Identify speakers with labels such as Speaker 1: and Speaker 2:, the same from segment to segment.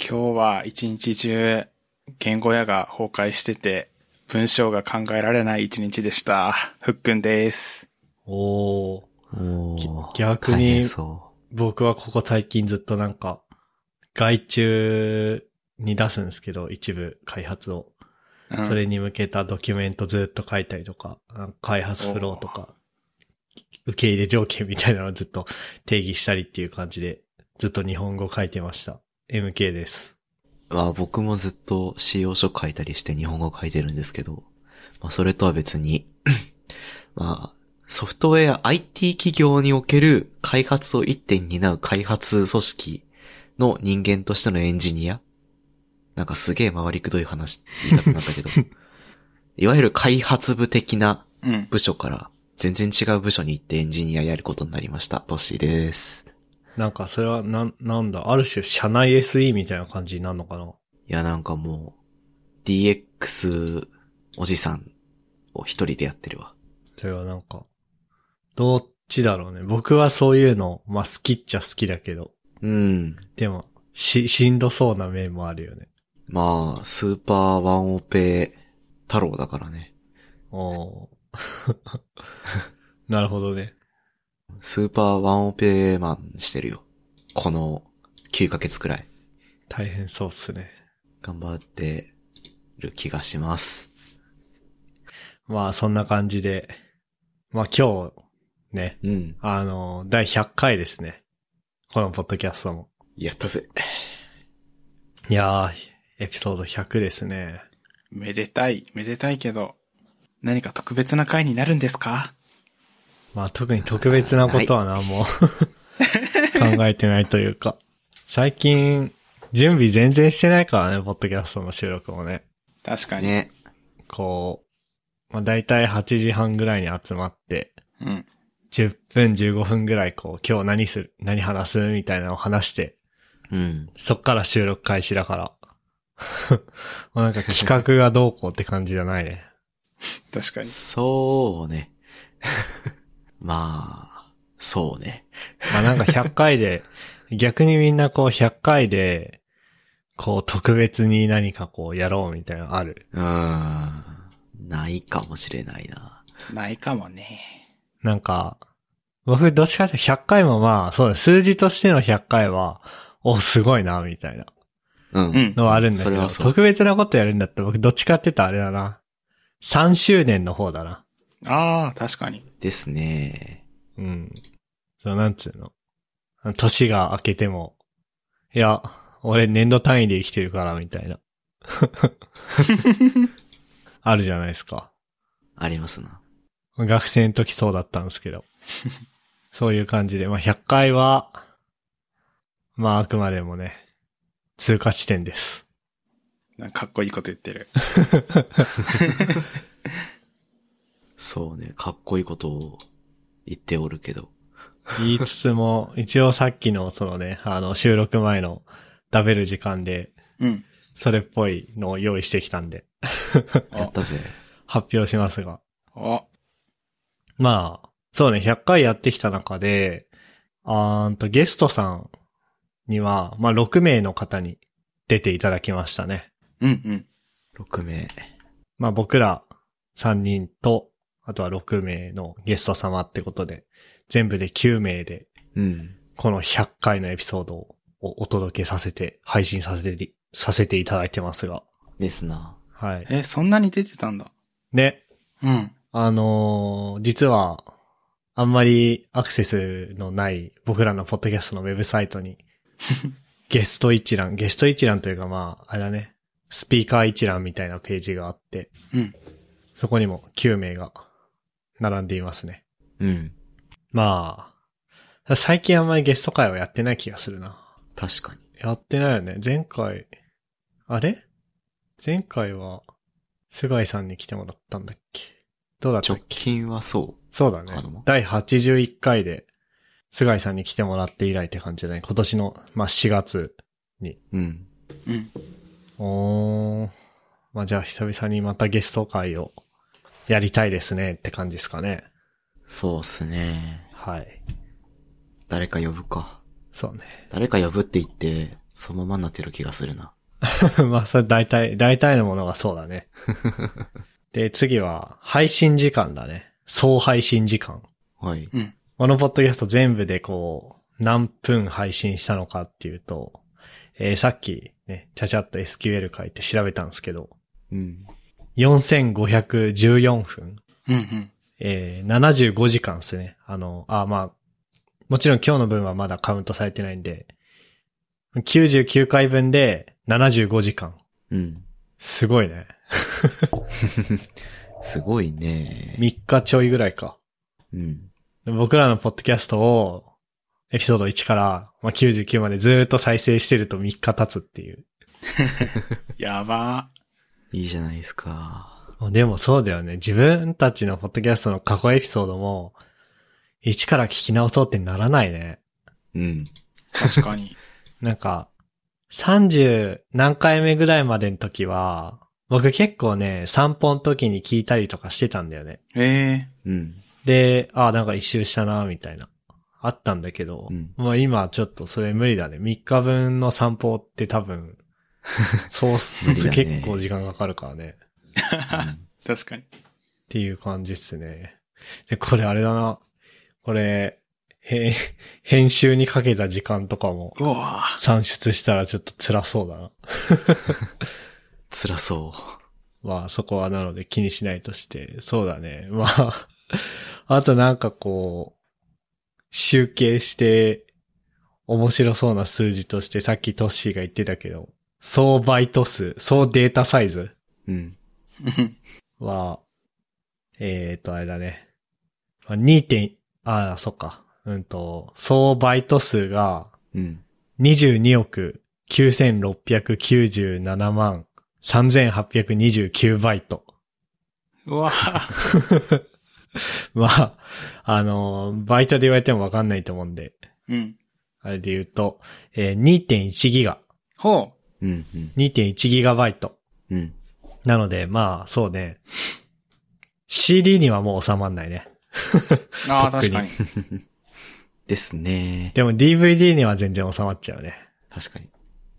Speaker 1: 今日は一日中、言語屋が崩壊してて、文章が考えられない一日でした。ふっくんです。
Speaker 2: おー。
Speaker 3: おー
Speaker 2: ぎ逆に
Speaker 3: 大変そ
Speaker 2: 僕はここ最近ずっとなんか、外注に出すんですけど、一部開発を。
Speaker 1: うん
Speaker 2: それに向けたドキュメントずっと書いたりとか、なんか開発フローとか、受け入れ条件みたいなのをずっと定義したりっていう感じで、ずっと日本語書いてました。MK です。
Speaker 3: う。まあ僕もずっと使用書書いたりして日本語書いてるんですけど、まあそれとは別に、 まあソフトウェア IT 企業における開発を一点担う開発組織の人間としてのエンジニアなんかすげえ回りくどい話、言い方なんだけど、 いわゆる開発部的な
Speaker 1: うん。
Speaker 3: 部署から全然違う部署に行ってエンジニアやることになりました。トッシーです。
Speaker 2: なんかそれはなん、なんだ、ある種社内 SE みたいな感じになるのかない
Speaker 3: や、なんかもう、DX おじさんを一人でやってるわ。
Speaker 2: それはなんか、どっちだろうね。僕はそういうの、まあ好きっちゃ好きだけど、
Speaker 3: うん。
Speaker 2: でも、し、しんどそうな面もあるよね。
Speaker 3: まあ、スーパーワンオペ太郎だからね。
Speaker 2: おー なるほどね。
Speaker 3: スーパーワンオペマンしてるよ。この9ヶ月くらい。
Speaker 2: 大変そうっすね。
Speaker 3: 頑張ってる気がします。
Speaker 2: まあ、そんな感じで。まあ、今日、ね、
Speaker 3: うん。
Speaker 2: あの、第100回ですね。このポッドキャストも。
Speaker 3: やったぜ。
Speaker 2: いやー、エピソード100ですね。
Speaker 1: めでたい、めでたいけど、何か特別な回になるんですか
Speaker 2: まあ、特に特別なことは何も考えてないというか。最近、準備全然してないからね、ポッドキャストの収録もね。
Speaker 1: 確かに。
Speaker 3: ね。
Speaker 2: こう、まあ、だいたい8時半ぐらいに集まって、
Speaker 1: うん。
Speaker 2: 10分15分ぐらいこう、今日何する、何話すみたいなのを話して、
Speaker 3: うん。
Speaker 2: そっから収録開始だから。 もうなんか企画がどうこうって感じじゃないね。
Speaker 1: 確かに。
Speaker 3: そうね。 まあ、そうね。
Speaker 2: まあなんか100回で、逆にみんなこう100回で、こう特別に何かこうやろうみたいなのある。
Speaker 3: うーん。ないかもしれないな。
Speaker 1: ないかもね。
Speaker 2: なんか、僕どっちかっていうと100回もまあ、そうだ、数字としての100回は、お、すごいな、みたいな
Speaker 3: う。
Speaker 1: うんん。
Speaker 2: のはあるんだけ
Speaker 3: それ
Speaker 2: ど、
Speaker 3: はそう
Speaker 2: 特別なことやるんだったら僕どっちかって言ったらあれだな。3周年の方だな。
Speaker 1: ああ、確かに。
Speaker 3: ですね。
Speaker 2: うん。そう、なんつうの。年が明けても、いや、俺年度単位で生きてるから、みたいな。 あるじゃないですか。
Speaker 3: ありますな。
Speaker 2: 学生の時そうだったんですけど。そういう感じで、まあ、100回は、まあ、あくまでもね、通過地点です。
Speaker 1: なんかかっこいいこと言ってる。
Speaker 3: そうね。かっこいいことを言っておるけど。
Speaker 2: 言いつつも、一応さっきの、そのね、あの、収録前の食べる時間で、
Speaker 1: うん。
Speaker 2: それっぽいのを用意してきたんで、
Speaker 3: やったぜ。
Speaker 2: 発表しますが。
Speaker 1: お、
Speaker 2: まあ、そうね、100回やってきた中で、あーんと、ゲストさんには、まあ、6名の方に出ていただきましたね。
Speaker 1: うんうん。
Speaker 3: 6名。
Speaker 2: まあ、僕ら3人と、あとは6名のゲスト様ってことで、全部で9名で、
Speaker 3: うん。
Speaker 2: この100回のエピソードをお届けさせて、配信させて、させていただいてますが。
Speaker 3: ですな。
Speaker 2: はい。
Speaker 1: え、そんなに出てたんだ。
Speaker 2: ね、
Speaker 1: うん。
Speaker 2: あのー実は、あんまりアクセスのない僕らのポッドキャストのウェブサイトに、ゲスト一覧、ゲスト一覧というかまあ、あれだね、スピーカー一覧みたいなページがあって、
Speaker 1: うん。
Speaker 2: そこにも9名が並んでいますね。
Speaker 3: うん。
Speaker 2: まあ、最近あんまりゲスト会はやってない気がするな。
Speaker 3: 確かに。
Speaker 2: やってないよね。前回、あれ前回は、菅井さんに来てもらったんだっけどうだったっ
Speaker 3: 直
Speaker 2: け
Speaker 3: 近はそ
Speaker 2: そうだね
Speaker 3: カードも。
Speaker 2: 第81回で、菅井さんに来てもらって以来って感じだね。今年の、まあ、4月。
Speaker 3: う。うん。
Speaker 1: うん。
Speaker 2: おー。まあ、じゃあ久々にまたゲスト会をやりたいですねって感じですかね。
Speaker 3: そうっすね。
Speaker 2: はい。
Speaker 3: 誰か呼ぶか。
Speaker 2: そうね。
Speaker 3: 誰か呼ぶって言って、そのままになってる気がするな。
Speaker 2: まあ、それ大体、大体のものがそうだ ね。で、次は、配信時間だね。総配信時間。
Speaker 3: はい。
Speaker 2: このポッドキャスト全部でこう、何分配信したのかっていうと、えーさっきね、ちゃちゃっと SQL 書いて調べたんですけど、
Speaker 3: うん。
Speaker 2: 4514分。
Speaker 1: うんうん。
Speaker 2: えー、75時間ですね。あの、あ、まあ、もちろん今日の分はまだカウントされてないんで、99回分で75時間。
Speaker 3: うん。
Speaker 2: すごいね。
Speaker 3: すごいね。
Speaker 2: 3日ちょいぐらいか。
Speaker 3: うん。
Speaker 2: 僕らのポッドキャストを、エピソード1から、まあ、99までずーっと再生してると3日経つっていう。
Speaker 1: やば
Speaker 3: いいじゃないですか。
Speaker 2: でもそうだよね。自分たちのポッドキャストの過去エピソードも、1から聞き直そうってならないね。
Speaker 3: うん。
Speaker 1: ー。確かに。
Speaker 2: なんか、30何回目ぐらいまでの時は、僕結構ね、散歩の時に聞いたりとかしてたんだよね。
Speaker 1: え
Speaker 3: うん。
Speaker 2: で、ああ、なんか一周したな、みたいな。あったんだけど、
Speaker 3: うん
Speaker 2: もう今ちょっとそれ無理だね。3日分の散歩って多 分、そうっす
Speaker 3: 無理だね
Speaker 2: 結構時間かかるからね。
Speaker 1: ー。確かに。
Speaker 2: っていう感じっすね。で、これあれだな。これ、へ、 編集にかけた時間とかも
Speaker 1: うわー
Speaker 2: 算出したらちょっと辛そうだな。
Speaker 3: 辛そ
Speaker 2: まあそこはなので気にしないとして、そうだね。まあ、 あとなんかこう、集計して、面白そうな数字としてさっきトッシーが言ってたけど、総バイト数、総データサイズ
Speaker 3: う。うん。
Speaker 1: うん
Speaker 2: は、えーと、あれだね。まあ2点、ああ、そっか。うんと、総バイト数が
Speaker 3: うん。
Speaker 2: 22億9697万3829バイト。
Speaker 1: うわー
Speaker 2: まあ、あの、バイトで言われてもわかんないと思うんで、
Speaker 1: うん。
Speaker 2: あれで言うと、えー2.1ギガ、
Speaker 1: ほ
Speaker 3: うん。うん。
Speaker 2: 2.1ギガバイト。
Speaker 3: うん。
Speaker 2: なので、まあ、そうね。CD にはもう収まんないね。
Speaker 1: う。ああ、
Speaker 2: とっ
Speaker 1: 確
Speaker 2: くに
Speaker 1: かに。
Speaker 3: ですね。
Speaker 2: でも DVD には全然収まっちゃうね。
Speaker 3: 確かに。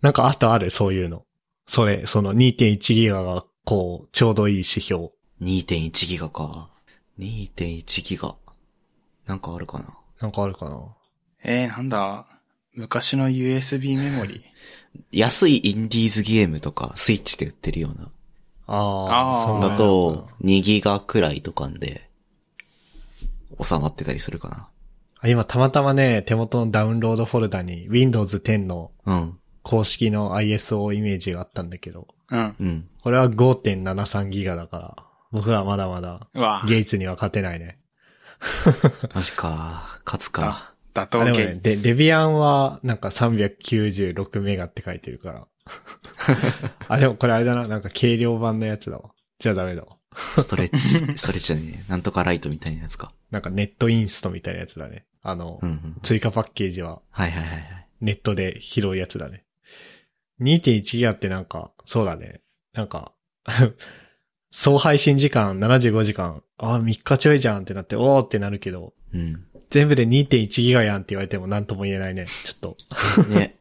Speaker 2: なんかあとある、そういうの。それ、その2.1ギガが、こう、ちょうどいい指標。
Speaker 3: 2.1ギガか。2.1ギガ。なんかあるかな。
Speaker 2: なんかあるかな
Speaker 1: えー、なんだ昔の USB メモリ
Speaker 3: 安いインディーズゲームとか、スイッチで売ってるよう
Speaker 2: ああ、
Speaker 1: あー
Speaker 2: そうな
Speaker 3: な。だ
Speaker 2: んだ
Speaker 3: と、2ギガくらいとかんで、収まってたりするか
Speaker 2: あ今たまたまね、手元のダウンロードフォルダに Windows 10の
Speaker 3: な。うん。
Speaker 2: 公式の ISO イメージがあったんだけど、
Speaker 1: ー。うん。
Speaker 3: うん。
Speaker 2: これは5.73ギガだから、僕はまだまだ
Speaker 1: うわ
Speaker 2: ゲイツには勝てないね。
Speaker 3: マジか。勝つか。
Speaker 1: 打
Speaker 2: あ
Speaker 1: 倒
Speaker 2: でも
Speaker 1: ゲイ
Speaker 2: ね、で、デビアンはなんか396メガって書いてる から。あ、でもこれあれだな、なんか軽量版のやつだわ。じゃあダメだわ。
Speaker 3: ストレッチ、ストレッチじゃねえなんとかライトみたいなやつか。
Speaker 2: なんかネットインストみたいなやつだね。あの、
Speaker 3: うんうん。
Speaker 2: 追加パッケージは
Speaker 3: はいはいはいはい。
Speaker 2: ネットで拾うやつだね。2.1ギガってなんか、そうだね。なんか、 総配信時間75時間、ああ、3日ちょいじゃんってなって、おーってなるけど、
Speaker 3: うん。
Speaker 2: 全部で2.1ギガやんって言われても何とも言えないね。ちょっと。
Speaker 3: ね。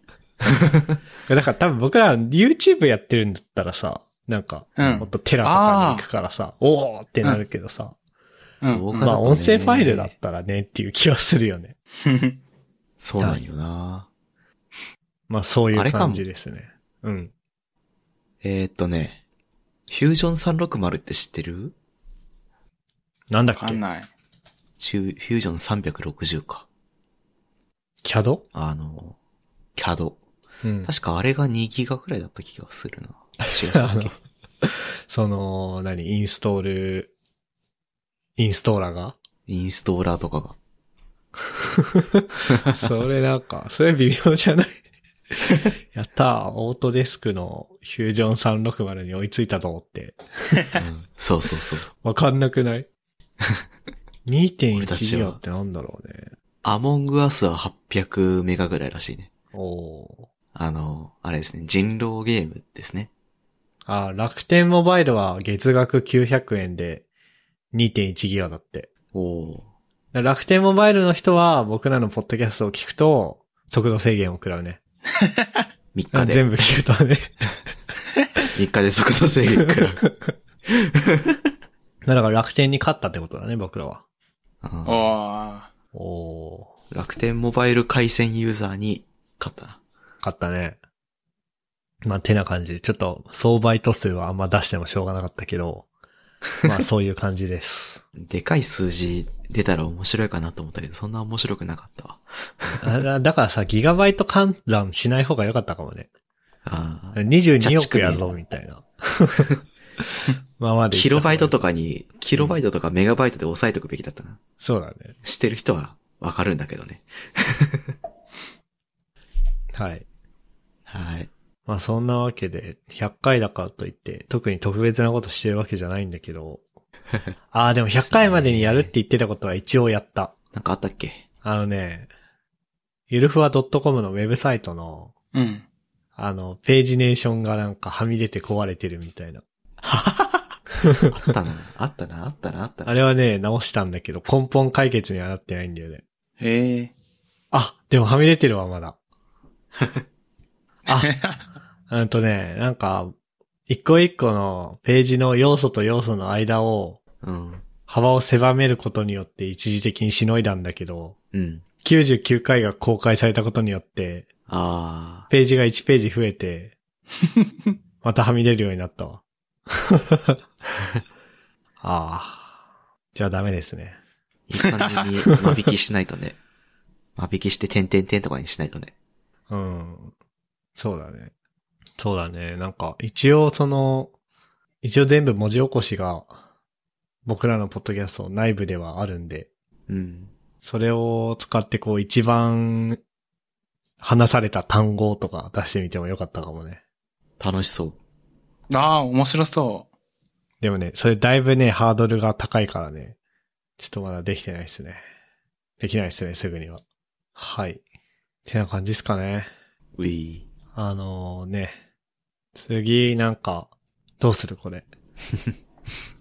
Speaker 2: だから多分僕ら YouTube やってるんだったらさ、なんか、
Speaker 1: うん
Speaker 2: もっとテラとかに行くからさ、おーってなるけどさ、
Speaker 1: うん
Speaker 3: 動画
Speaker 2: ま
Speaker 3: だ
Speaker 2: あ
Speaker 3: とね
Speaker 2: 音声ファイルだったらねっていう気はするよね。
Speaker 1: うん
Speaker 3: そうなんよな。
Speaker 2: まあそうい
Speaker 3: あれ
Speaker 2: う
Speaker 3: かも
Speaker 2: 感じですね。うん。
Speaker 3: えー、っとね。フュージョン360って知ってる
Speaker 2: なんだ
Speaker 1: わ
Speaker 2: っ
Speaker 1: か
Speaker 2: け
Speaker 1: んない。
Speaker 3: フュフュージョン360か。
Speaker 2: ?CAD?
Speaker 3: あの、CAD。
Speaker 2: うん。
Speaker 3: 確かあれが2ギガくらいだった気がするな。 違ったっけ
Speaker 2: その、何、インストール、インストーラー
Speaker 3: インストーラーとかが。
Speaker 2: がそれなんか、 それ微妙じゃないやったー、オートデスクのフュージョン360に追いついたぞって。
Speaker 3: うんそうそうそう。
Speaker 2: わかんなくない ?2.1
Speaker 3: 俺たち
Speaker 2: ギ
Speaker 3: は
Speaker 2: ガってなんだろうね。
Speaker 3: アモングアスは800メガぐらいらしいね。
Speaker 2: おー。
Speaker 3: あの、あれですね。人狼ゲームですね。
Speaker 2: あ、楽天モバイルは月額900円で2.1ギガだって。
Speaker 3: おー。
Speaker 2: だ楽天モバイルの人は僕らのポッドキャストを聞くと速度制限を食らうね。
Speaker 3: 3日で。
Speaker 2: 全部聞くとね。
Speaker 3: 3日で速度制 限くらい。
Speaker 2: だから楽天に勝ったってことだね、僕らは。
Speaker 3: うん
Speaker 1: おー
Speaker 2: おー、
Speaker 3: 楽天モバイル回線ユーザーに勝ったな。
Speaker 2: 勝ったね。まあ、てな感じ。ちょっと、相場イト数はあんま出してもしょうがなかったけ ど、まあ、そういう感じです。
Speaker 3: でかい数字出たら面白いかなと思ったけど、そんな面白くなかったわ。
Speaker 2: あだだからさ、ギガバイト換算しない方が良かったかもね。
Speaker 3: あー
Speaker 2: 22億やぞ、みたい な。まあまで。
Speaker 3: キロバイトと。かに、キロバイトとかメガバイトで押さえとくべきだったな。
Speaker 2: そうだね。
Speaker 3: 知ってる人はわかるんだけどね。
Speaker 2: はい。
Speaker 3: はい。
Speaker 2: まあそんなわけで、100回だからといって、特に特別なことしてるわけじゃないんだけど。ああ、でも100回までにやるって言ってたことは一応やった。
Speaker 3: なんかあったっけ
Speaker 2: あのね、ゆるふわ .com のウェブサイトの、
Speaker 1: うん。
Speaker 2: あの、ページネーションがなんかはみ出て壊れてるみたいな。
Speaker 3: あったな、あったな、あったな、あった
Speaker 2: あ
Speaker 3: な。
Speaker 2: れはね、直したんだけど、根本解決にはなってないんだよね。
Speaker 1: へえ。
Speaker 2: あ、でもはみ出てるわ、まだ。あ、うんとね、なんか、一個一個のページの要素と要素の間を、
Speaker 3: うん。
Speaker 2: 幅を狭めることによって一時的にしのいだんだけど、
Speaker 3: うん。
Speaker 2: 99回が公開されたことによって、
Speaker 3: あ
Speaker 2: ページが1ページ増え て、またはみ出るようになったわ。 ああ。じゃあダメですね。
Speaker 3: ー、いい感じに間引きしないと ね。間引きして点点点とかにしないとね。
Speaker 2: うん。そうだね。そうだね。なんか、一応その、一応全部文字起こしが、僕らのポッドキャスト内部ではあるんで、
Speaker 3: うん。
Speaker 2: それを使ってこう一番話された単語とか出してみてもよかったかもね。
Speaker 3: 楽しそう。
Speaker 1: あ あ、面白そ
Speaker 2: でもね、それだいぶね、ハードルが高いからね、ちょっとまだできてないですね。できないですね、すぐには。はい。てな感じですかね。
Speaker 3: うい
Speaker 2: あのね、次なんか、どうするこれ。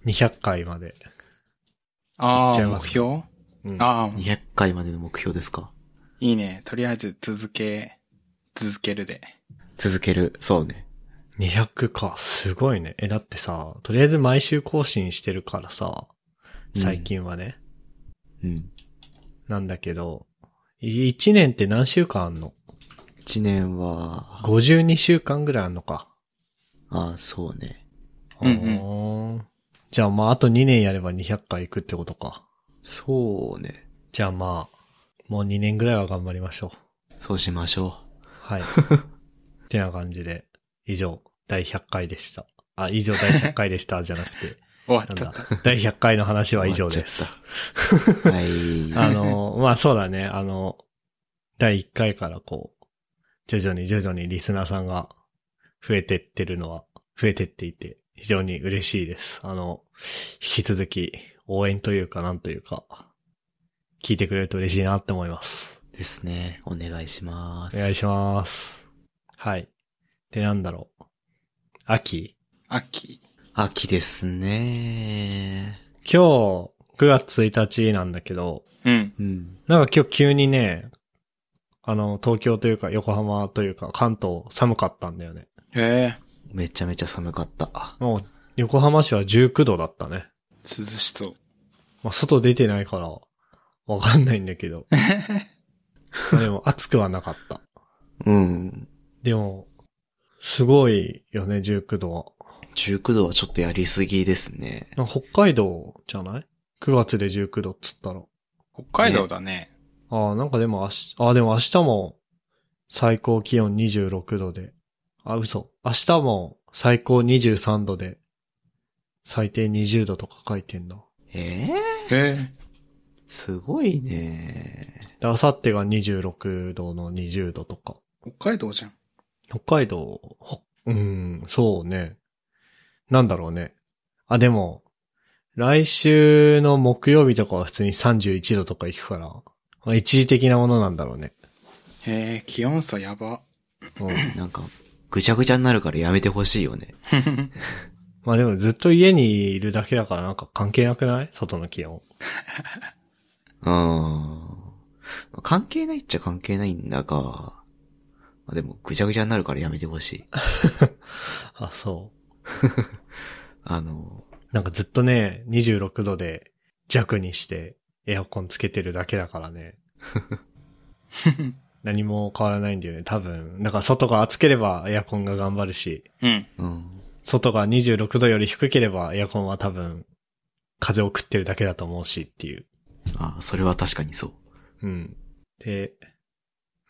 Speaker 2: 200回まで。
Speaker 1: う。あ
Speaker 2: いっち
Speaker 1: あ、
Speaker 2: ゃいま
Speaker 1: 目
Speaker 2: す
Speaker 1: 標
Speaker 2: うん
Speaker 1: ああ、
Speaker 3: 200回までの目標ですか
Speaker 1: いいね。とりあえず続け、続けるで。
Speaker 3: 続ける。そうね。
Speaker 2: 200か、すごいね。え、だってさ、とりあえず毎週更新してるからさ、最近はね、
Speaker 3: うん。
Speaker 2: なんだけど、1年って何週間あんの
Speaker 3: 1年は、
Speaker 2: ?52 週間ぐらいあんのか。
Speaker 3: ああ、そうね。
Speaker 1: うんうん
Speaker 2: おーじゃあまあ、あと2年やれば200回行くってことか。
Speaker 3: そうね。
Speaker 2: じゃあまあ、もう2年ぐらいは頑張りましょう。
Speaker 3: そうしましょ
Speaker 2: はい。てな感じで、以上、第100回でした。あ、以上第100回でした、じゃなくて、
Speaker 1: 終わっ
Speaker 2: なん
Speaker 1: ちゃっ
Speaker 2: だ
Speaker 1: た。、
Speaker 2: 第100回の話は以上です。
Speaker 3: う。 は い。
Speaker 2: あの、まあそうだね、あの、第1回からこう、徐々に徐々にリスナーさんが増えてってるのは、増えてっていて、非常に嬉しいです。あの、引き続き、応援というか、なんというか、聞いてくれると嬉しいなって思います。
Speaker 3: ですね。お願いします。
Speaker 2: お願いします。はい。で、なんだろう。秋
Speaker 1: 秋。
Speaker 3: 秋ですね。
Speaker 2: 今日、9月1日なんだけど、
Speaker 1: うん。
Speaker 3: うん。
Speaker 2: なんか今日急にね、あの、東京というか横浜というか関東寒かったんだよね。
Speaker 1: へえ。
Speaker 3: めちゃめちゃ寒かった。
Speaker 2: もう、横浜市は19度だったね。
Speaker 1: 涼し そう。
Speaker 2: まあ、外出てないから、わかんないんだけど。まあでも、 暑くはなかった。
Speaker 3: うん。
Speaker 2: でも、すごいよね、19度は。
Speaker 3: 19度はちょっとやりすぎですね。
Speaker 2: なんか北海道じゃない ?9 月で19度っつったら。
Speaker 1: 北海道だね。
Speaker 2: ああ、なんかでも明日、ああ、でも明日も最高気温26度で。あ、嘘。明日も最高23度で、最低20度とか書いてんだ。
Speaker 3: ええ
Speaker 1: へえ。
Speaker 3: すごいね。
Speaker 2: で、明後日が26度の20度とか。
Speaker 1: 北海道じゃん。
Speaker 2: 北海道、ほうーん、そうね。なんだろうね。あ、でも、来週の木曜日とかは普通に31度とか行くから、まあ一時的なものなんだろうね。
Speaker 1: へえ、気温差やば。
Speaker 2: うん。
Speaker 3: なんか、ぐちゃぐちゃになるからやめてほしいよね。
Speaker 2: まあでもずっと家にいるだけだからなんか関係なくない外の気温。
Speaker 3: うん。関係ないっちゃ関係ないんだが、ままあでも、ぐちゃぐちゃになるからやめてほしい。
Speaker 2: あ、そ
Speaker 3: あの、
Speaker 2: う。なんかずっとね、26度で弱にしてエアコンつけてるだけだからね。何も変わらないんだよね、多分。だから外が暑ければエアコンが頑張るし、
Speaker 1: うん。
Speaker 3: うん。
Speaker 2: 外が26度より低ければエアコンは多分、風を食ってるだけだと思うしっていう。
Speaker 3: あそれは確かにそう。
Speaker 2: うん。で、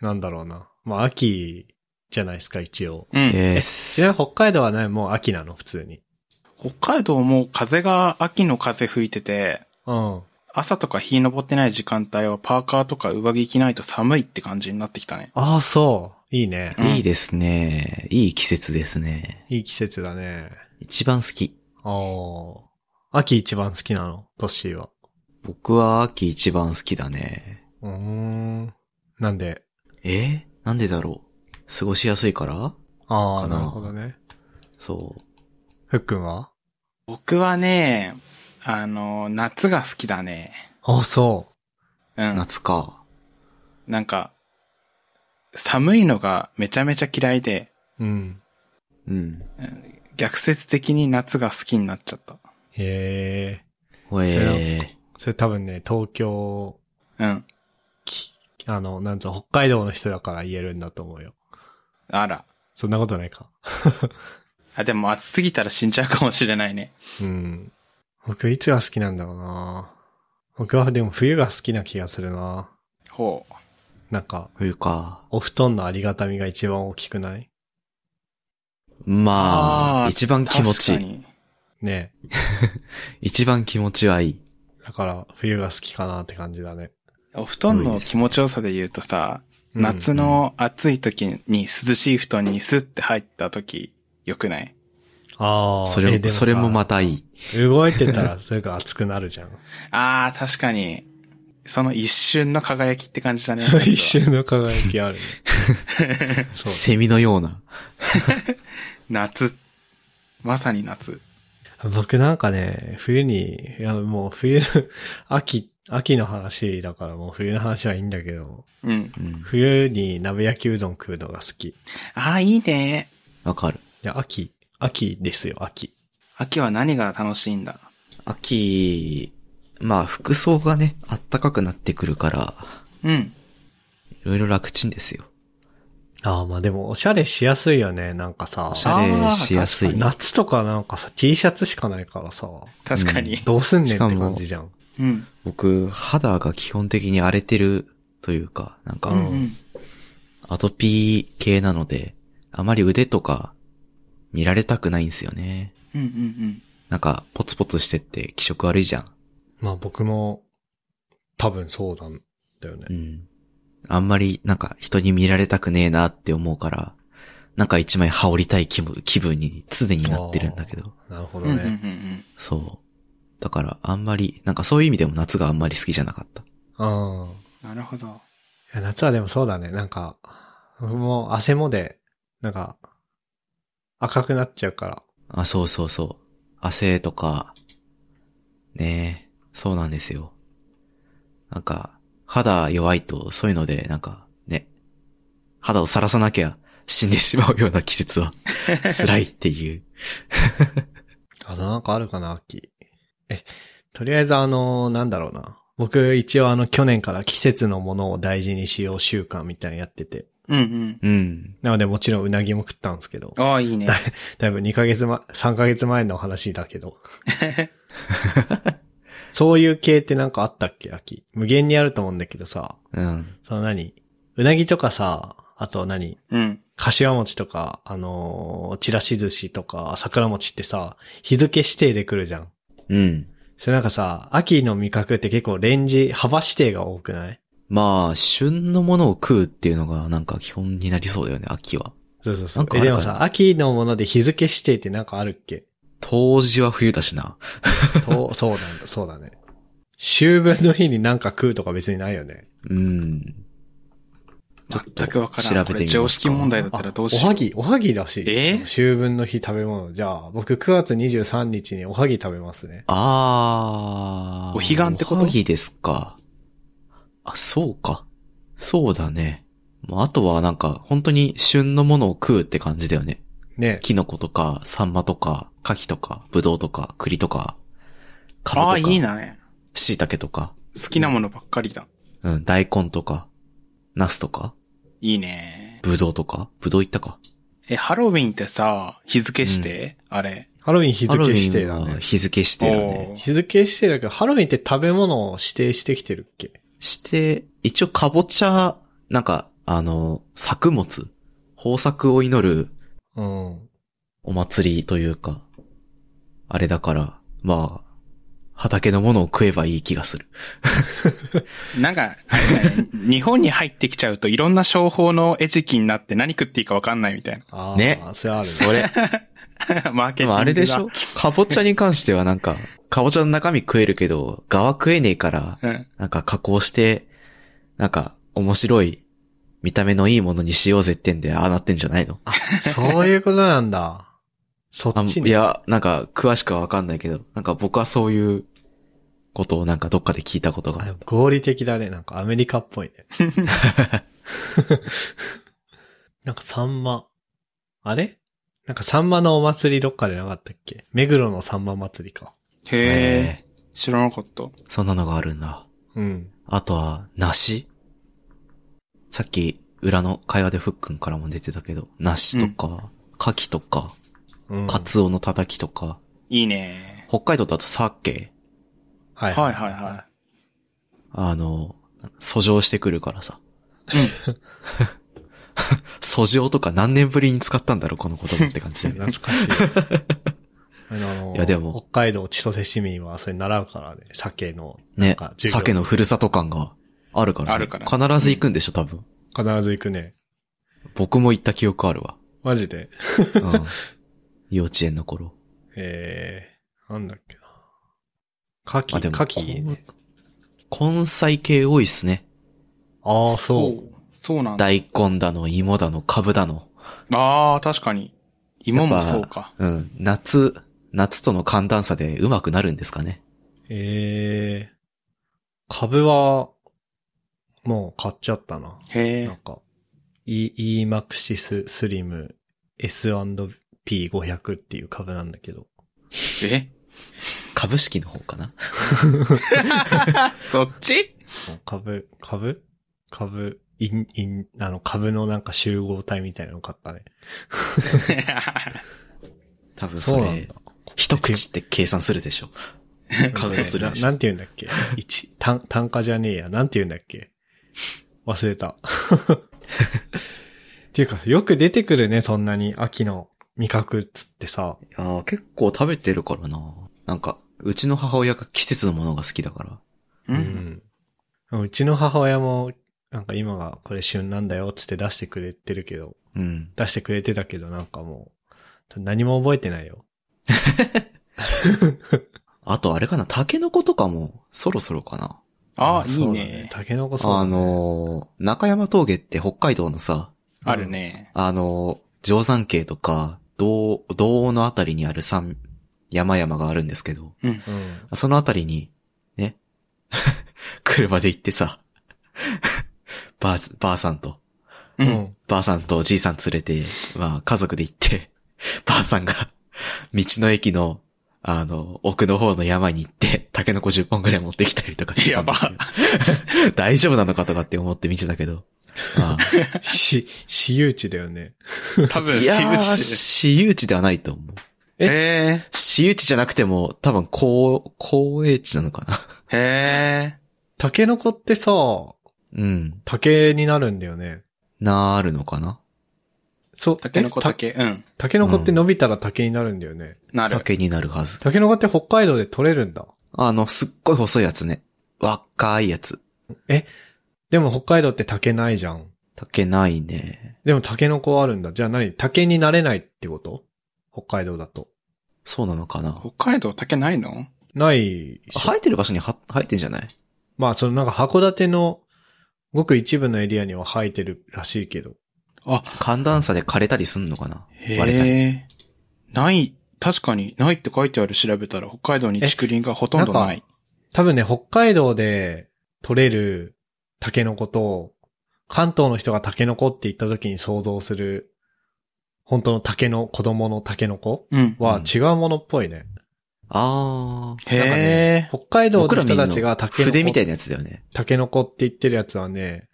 Speaker 2: なんだろうな。まあ秋じゃないですか、一応。
Speaker 1: うん。
Speaker 3: えー
Speaker 2: ちなみに北海道はね、もう秋なの、普通に。
Speaker 1: 北海道も風が秋の風吹いてて、
Speaker 2: うん。
Speaker 1: 朝とか日昇ってない時間帯はパーカーとか上着着ないと寒いって感じになってきたね。
Speaker 2: ああ、そう。いいね。
Speaker 1: うん
Speaker 3: いいですね。いい季節ですね。
Speaker 2: いい季節だね。
Speaker 3: 一番好き。
Speaker 2: ああ。秋一番好きなの、トッシーは。
Speaker 3: 僕は秋一番好きだね。
Speaker 2: うーん。なんで。
Speaker 3: えなんでだろう過ごしやすいから
Speaker 2: ああ、
Speaker 3: かな
Speaker 2: なるほどね。
Speaker 3: そう。
Speaker 2: ふっくんは
Speaker 1: 僕はね、あの、夏が好きだね。
Speaker 2: ああ、そう。
Speaker 1: うん。
Speaker 3: 夏か。
Speaker 1: なんか、寒いのがめちゃめちゃ嫌いで、
Speaker 2: うん。
Speaker 3: うん。
Speaker 1: 逆説的に夏が好きになっちゃった。
Speaker 2: へえ。
Speaker 3: ほえ
Speaker 2: それ多分ね、東京、
Speaker 1: うん。
Speaker 2: きあの、なんつうの、北海道の人だから言えるんだと思うよ。
Speaker 1: あら。
Speaker 2: そんなことないか。
Speaker 1: あ、でも暑すぎたら死んじゃうかもしれないね。
Speaker 2: うん。僕いつが好きなんだろうな僕はでも冬が好きな気がするな
Speaker 1: ほう。
Speaker 2: なんか、
Speaker 3: 冬か。
Speaker 2: お布団のありがたみが一番大きくない
Speaker 3: まあ、
Speaker 1: あー
Speaker 3: 一番気持ち
Speaker 1: 確
Speaker 3: い
Speaker 1: か
Speaker 3: い。
Speaker 1: に。
Speaker 2: ね
Speaker 3: 一番気持ちはいい。
Speaker 2: えだから、冬が好きかなって感じだね。
Speaker 1: お布団の気持ちよさで言うとさ、
Speaker 2: うん
Speaker 1: 夏の暑い時に涼しい布団にスッて入った時、よくない
Speaker 2: ああ、
Speaker 3: それ
Speaker 2: え
Speaker 3: も、それもま。たいい。
Speaker 2: でもさ動いてたら、それが熱くなるじゃ ん。。
Speaker 1: あー、確かに。その一瞬の輝きって感じだね
Speaker 2: 一瞬の輝き あるね。そう。
Speaker 3: セミのような。
Speaker 1: 夏は。夏。まさに夏。
Speaker 2: 僕なんかね、冬に、いやもう冬、 秋、秋の話だからもう冬の話はいいんだけど、
Speaker 1: うん。
Speaker 3: うん。
Speaker 2: 冬に鍋焼きうどん食うのが好き。い
Speaker 1: あー、いいね。
Speaker 3: わかる。
Speaker 2: や、秋、秋ですよ、秋。
Speaker 1: 秋は何が楽しいんだ
Speaker 3: 秋、まあ服装がね、暖かくなってくるから、
Speaker 1: うん。
Speaker 3: いろいろ楽ちんですよ。
Speaker 2: ああ、まあでもおしゃれしやすいよね、なんかさ
Speaker 3: お。しゃれしやす
Speaker 1: あー
Speaker 3: い。
Speaker 2: 夏とかなんかさ、T シャツしかないからさ、
Speaker 1: 確かに。
Speaker 2: どうすんねん
Speaker 3: し
Speaker 2: っ
Speaker 3: かも
Speaker 2: て感じじゃん。
Speaker 1: うん。
Speaker 3: 僕、肌が基本的に荒れてるというか、なん
Speaker 1: う
Speaker 3: か、
Speaker 1: ん。
Speaker 3: アトピー系なので、あまり腕とか見られたくないんですよね。
Speaker 1: うん。うん。うん。
Speaker 3: なんか、ポツポツしてって気色悪いじゃん。
Speaker 2: まあ僕も、多分そうなんだよね
Speaker 3: う。ん。あんまり、なんか、人に見られたくねえなって思うから、なんか一枚羽織りたい気分気分に常になってるんだけど。
Speaker 2: なるほ
Speaker 1: う
Speaker 2: ど
Speaker 1: ん。うん。うん。う
Speaker 2: ね。
Speaker 1: ん。
Speaker 3: そう。だから、あんまり、なんかそういう意味でも夏があんまり好きじゃなかった。
Speaker 2: うん。
Speaker 1: なるほど。
Speaker 2: いや夏はでもそうだね。なんか、僕も汗もで、なんか、赤くなっちゃうから。
Speaker 3: あ、そうそうそう。汗とか、ねえ、そうなんですよ。なんか、肌弱いと、そういうので、なんか、ね、肌をさらさなきゃ死んでしまうような季 節は、辛いっていう。
Speaker 2: あとなんかあるかな、秋。え、とりあえずあの、なんだろうな。僕一応あの去年から季節のものを大事にしよう習慣みたいなのやってて。
Speaker 1: うん。うん。
Speaker 3: うん。
Speaker 2: なのでもちろんうなぎも食ったんですけど。
Speaker 1: ああ、いいね。
Speaker 2: だいぶ2ヶ月前、3ヶ月前の話だけ ど。そういう系ってなんかあったっけ、秋。無限にあると思うんだけどさ。
Speaker 3: うん。
Speaker 2: その何うなぎとかさ、あと何
Speaker 1: うん。
Speaker 2: 柏餅とか、あのー、ちらし寿司とか、桜餅ってさ、日付指定で来るじゃん。
Speaker 3: うん。
Speaker 2: それなんかさ、秋の味覚って結構レンジ、幅指定が多くない
Speaker 3: まあ、旬のものを食うっていうのが、なんか基本になりそうだよね、秋は。
Speaker 2: そうそうそ
Speaker 3: なん
Speaker 2: う。
Speaker 3: かあ
Speaker 2: え
Speaker 3: る
Speaker 2: で
Speaker 3: かな
Speaker 2: もさ、秋のもので日付指定ってなんかあるっけ
Speaker 3: 冬至は冬だしな。
Speaker 2: とそうなんだ、そうだね。秋分の日になんか食うとか別にないよね。
Speaker 3: うん。
Speaker 1: 全くわからん。
Speaker 3: 調べてみますか
Speaker 1: これ常識問題だったら
Speaker 2: あ
Speaker 1: どうし
Speaker 2: お
Speaker 1: よう。
Speaker 2: はぎ、おはぎらしい。
Speaker 1: えー
Speaker 2: 秋分の日食べ物。じゃあ、僕9月23日におはぎ食べますね。
Speaker 3: あー。
Speaker 1: お彼岸ってこと
Speaker 3: おはぎですか。あ、そうか。そうだね。まああとはなんか、本当に旬のものを食うって感じだよね。
Speaker 2: ね。
Speaker 3: キノコとか、サンマとか、カキとか、ブドウとか、栗とか、カ
Speaker 1: ああ、
Speaker 3: ブ
Speaker 1: い
Speaker 3: と
Speaker 1: い
Speaker 3: か、
Speaker 1: なね。
Speaker 3: 椎茸とか、
Speaker 1: 好きなものばっかりだ。
Speaker 3: うん、大根とか、ナスとか、
Speaker 1: いいね。
Speaker 3: ブドウとか、ブドウいったか。
Speaker 1: え、ハロウィンってさ、日付して、あれ。
Speaker 2: ハロウィン日
Speaker 3: ハロウ
Speaker 2: 付
Speaker 3: ィン
Speaker 2: 指定だ
Speaker 3: は
Speaker 2: ね。
Speaker 3: 日付指定だね。
Speaker 1: おー
Speaker 2: 日付指定だけど、ハロウィンって食べ物を指定してきてるっけ
Speaker 3: して、一応カボチャ、なんか、あの、作物、豊作を祈る
Speaker 2: うん。
Speaker 3: お祭りというか、あれだから、まあ、畑のものを食えばいい気がする。
Speaker 1: なんか、 あれだね日本に入ってきちゃうといろんな商法の餌食になって何食っていいかわかんないみたい
Speaker 2: ああ、
Speaker 3: ね
Speaker 2: それあるね。
Speaker 3: それ。
Speaker 1: な。 マーケティング
Speaker 3: でも
Speaker 1: が
Speaker 3: あれでしょカボチャに関してはなんか、カボチャの中身食えるけど、側食えねえから、
Speaker 1: うん。
Speaker 3: なんか加工して、なんか、面白い、見た目のいいものにしようぜってんで、ああなってんじゃないの
Speaker 2: そういうことなんだ。そ
Speaker 3: あ
Speaker 2: っち
Speaker 3: い
Speaker 2: ね。
Speaker 3: や、なんか、詳しくはわかんないけど、なんか僕はそういうことをなんかどっかで聞いたことがあ
Speaker 2: あ
Speaker 3: る。
Speaker 2: 合理的だね。なんかアメリカっぽいね。なんかサンマ。あれなんかサンマのお祭りどっかでなかったっけ目黒のサンマ祭りか。
Speaker 1: へえ、知らなかった。
Speaker 3: ーそんなのがあるんだ。
Speaker 2: うん。
Speaker 3: あとは、梨さっき、裏の会話でふっくんからも出てたけど、梨とか、牡蠣とか、
Speaker 2: うん、
Speaker 3: カツオのたたきとか、
Speaker 1: いいね。
Speaker 3: 北海道だと鮭、
Speaker 2: は
Speaker 1: はいはいは
Speaker 3: あの、訴状してくるからさ。 訴状とか何年ぶりに使ったんだろう、この言葉って感じだ よね。
Speaker 2: 懐 かしい。あの、
Speaker 3: いやでも
Speaker 2: 北海道千歳市民はそれ習うからね、鮭の、
Speaker 3: ね
Speaker 2: か、授業
Speaker 3: 鮭のふるさと感があるから、ね。
Speaker 1: あるから
Speaker 3: 必ず行くんでしょ、多分。
Speaker 2: 必ず行くね。
Speaker 3: 僕も行った記憶あるわ。
Speaker 2: マジで。
Speaker 3: うん。幼稚園の頃。
Speaker 2: えー、なんだっけな。牡
Speaker 3: あで
Speaker 2: 蠣、
Speaker 3: も
Speaker 2: 牡蠣いいね。
Speaker 3: 根菜系多いっすね。
Speaker 2: ああ、
Speaker 1: い。お
Speaker 2: そう
Speaker 1: そうなんだ。
Speaker 3: 大根だの、芋だの、株だの。
Speaker 1: ああ、確かに。芋も
Speaker 3: やっぱ
Speaker 1: そうか。
Speaker 3: うん。夏、夏との寒暖差でうまくなるんですかね。
Speaker 2: う。えー、株は、もう買っちゃったな。
Speaker 1: へ
Speaker 2: なん
Speaker 1: え。
Speaker 2: か、E、E マクシススリム S&P500 っていう株なんだけど。
Speaker 1: え
Speaker 3: 株式の方かな。
Speaker 1: そっち
Speaker 2: 株、株株、イン、イン、あの、株のなんか集合体みたいなの買ったね。
Speaker 3: 多分それ、一口って計算するでしょ。
Speaker 2: だ。
Speaker 3: カウントする
Speaker 2: な
Speaker 3: でしょ
Speaker 2: なんて言うんだっけ一、単、単価じゃねえや。なんて言うんだっけ忘れた。 っていうか、よく出てくるね、そんなに。秋の味覚っつってさ。
Speaker 3: いやー結構食べてるからな。なんか、うちの母親が季節のものが好きだから。
Speaker 1: う。
Speaker 2: うんん。うちの母親も、なんか今がこれ旬なんだよっつって出してくれてるけど、
Speaker 3: うん。
Speaker 2: 出してくれてたけどなんかもう、何も覚えてないよ。
Speaker 3: あとあれかな、タケノコとかも、そろそろかな。
Speaker 1: ああ、い
Speaker 2: そ
Speaker 1: いう
Speaker 2: だ
Speaker 1: ね。
Speaker 2: タケノコそうだ
Speaker 3: あ
Speaker 2: ね
Speaker 3: のー、中山峠って北海道のさ、
Speaker 1: あるね。
Speaker 3: あのー、定山渓とか、道、道央のあたりにある山、山々があるんですけど、
Speaker 1: うん。
Speaker 2: うん。
Speaker 3: そのあたりに、ね、 車で行ってさ、ばあ、ばあさんと、
Speaker 1: う。
Speaker 2: うんん。
Speaker 3: ばあさんとおじいさん連れて、まあ家族で行って、ばあさんが、道の駅の、あの、奥の方の山に行って、タケノコ10本ぐらい持ってきたりとかしてたんですよ
Speaker 1: や
Speaker 3: 大丈夫なのかとかって思って見てたけど。ま
Speaker 2: し、私有地だよね。
Speaker 1: 多
Speaker 3: あ、
Speaker 1: 分、
Speaker 3: い
Speaker 1: 私
Speaker 3: やー、
Speaker 1: 物 で。
Speaker 3: 私有地ではないと思う。
Speaker 1: へ
Speaker 3: 私有地じゃなくても、多分、公、公営地なのかな。
Speaker 1: え。へ
Speaker 2: タケノコってさ、
Speaker 3: うん。
Speaker 2: 竹になるんだよね。
Speaker 3: なるのかな
Speaker 2: そう、
Speaker 1: え。タケノコ
Speaker 2: えた
Speaker 1: タケ。うん。
Speaker 2: タケノコって伸びたら竹になるんだよね。
Speaker 1: なる。
Speaker 3: 竹になるはず。
Speaker 2: タケノコって北海道で取れるんだ。
Speaker 3: あの、すっごい細いやつね。若いやつ。
Speaker 2: でも北海道って竹ないじゃん。
Speaker 3: 竹ないね。
Speaker 2: でもタケノコあるんだ。じゃあ何竹になれないってこと北海道だと。
Speaker 3: そうなのかな
Speaker 1: 北海道竹ないの
Speaker 2: ないし
Speaker 3: 生えてる場所には生えてんじゃない
Speaker 2: まあそのなんか函館のごく一部のエリアには生えてるらしいけど。
Speaker 1: あ、
Speaker 3: 寒暖差で枯れたりすんのかな割れたり。
Speaker 1: へえ。ない、確かにないって書いてある調べたら、北海道に竹林がほとんどない。
Speaker 2: 多分ね、北海道で取れるタケノコと関東の人がタケノコって言った時に想像する、本当の竹の子供のタケノコ
Speaker 1: うん。
Speaker 2: は
Speaker 3: うん
Speaker 2: 違うものっぽいね。
Speaker 3: あー。なんか
Speaker 1: へ
Speaker 3: ね、
Speaker 1: え。
Speaker 2: 北海道の人たちがタケノ
Speaker 3: 筆みた
Speaker 2: コ、
Speaker 3: いなやつだよね。
Speaker 2: タケノコって言ってるやつはね、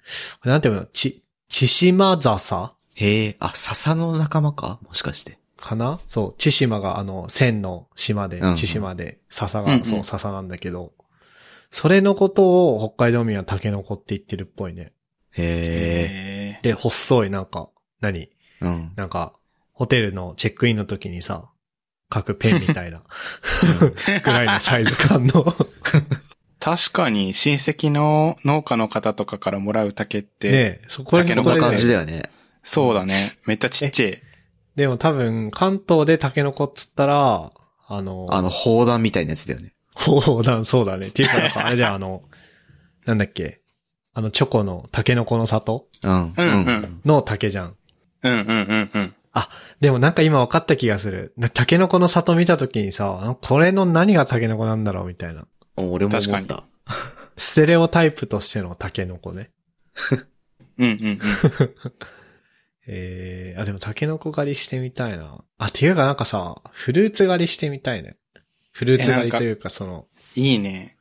Speaker 2: なんていうの、ち、千島笹
Speaker 3: へえ、あ、笹の仲間かもしかして。
Speaker 2: かなそう、千島があの、千の島で
Speaker 3: うんう、ん
Speaker 2: 千島で、笹
Speaker 1: うんう
Speaker 2: が、
Speaker 1: ん
Speaker 2: そう、笹なんだけど、それのことを北海道民はタケノコって言ってるっぽいね。
Speaker 3: へえ。
Speaker 1: へえ。
Speaker 2: で、細いなんか、何
Speaker 3: うん。
Speaker 2: なんか、ホテルのチェックインの時にさ、書くペンみた いな、ぐらいのサイズ感の。
Speaker 1: 確かに親戚の農家の方とかからもらう竹って、
Speaker 2: ねえそこに
Speaker 1: タケ
Speaker 3: こ
Speaker 1: ノ
Speaker 3: ん
Speaker 1: コ
Speaker 3: な
Speaker 1: で
Speaker 3: 感じだよね。
Speaker 1: そうだね。めっちゃちっちゃい。
Speaker 2: でも多分、関東でタケノコっつったら、あの、
Speaker 3: あの、砲弾みたいなやつだよね。
Speaker 2: 砲弾、そうだね。っていうか、なんかあれで あの、なんだっけ、あの、チョコのタケノコの里
Speaker 3: うん。
Speaker 1: うんうん
Speaker 2: の竹じゃん。
Speaker 1: うんうんうんうん。
Speaker 2: でもなんか今分かった気がする。なタケノコの里見た時にさ、これの何がタケノコなんだろうみたいな。
Speaker 3: うん。俺も
Speaker 1: 確
Speaker 3: 思
Speaker 1: か
Speaker 3: っ
Speaker 1: に
Speaker 3: た。
Speaker 2: ステレオタイプとしてのタケノコね。
Speaker 1: うんうん うん。
Speaker 2: えー、あ、でもタケノコ狩りしてみたいな。あ、っていうかなんかさ、フルーツ狩りしてみたいね。フルーツ狩りというか、その、
Speaker 1: いいね。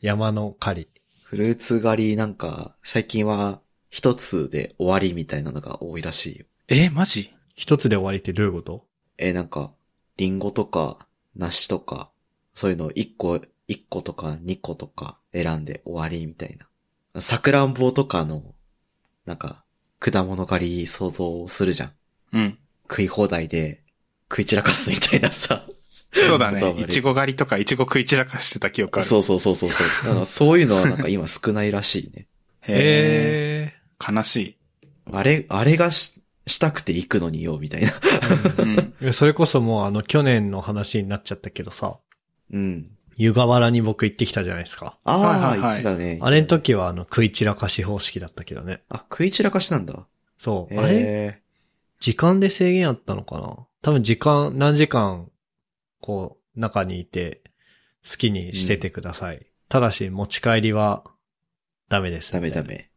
Speaker 2: 山の狩り。
Speaker 3: フルーツ狩りなんか、最近は一つで終わりみたいなのが多いらしいよ。
Speaker 1: え、マジ
Speaker 2: 一つで終わりってどういうこと
Speaker 3: えーなんか、リンゴとか、梨とか、そういうのを一個、一個とか二個とか選んで終わりみたいな。さくらんぼとかの、なんか、果物狩り想像するじゃん。
Speaker 1: うん。
Speaker 3: 食い放題で、食い散らかすみたいなさ。
Speaker 1: そうだね
Speaker 3: 言葉。悪い
Speaker 1: いちご狩りとかいちご食い散らかしてた記憶ある。
Speaker 3: そうそうそうそうそう。 だからそういうのはなんか今少ないらしいね。
Speaker 1: へえ。
Speaker 2: え
Speaker 1: 悲しい。
Speaker 3: あれ、あれがし、したくて行くのによ、みたいな。
Speaker 1: うん。
Speaker 2: ー。それこそもうあの、去年の話になっちゃったけどさ、
Speaker 3: うん。
Speaker 2: 湯河原に僕行ってきたじゃないですか。
Speaker 3: ああ、
Speaker 1: はいはい
Speaker 3: 言
Speaker 1: は
Speaker 3: っ
Speaker 1: い
Speaker 3: てたね。
Speaker 2: あれの時はあの、食い散らかし方式だったけどね。
Speaker 3: あ、食い散らかしなんだ。
Speaker 2: そう。
Speaker 3: え
Speaker 2: あれ
Speaker 3: え
Speaker 2: 時間で制限あったのかな多分時間、何時間、こう、中にいて、好きにしててください。ただし、持ち帰りは、ダメです、
Speaker 3: ダメダ。メ。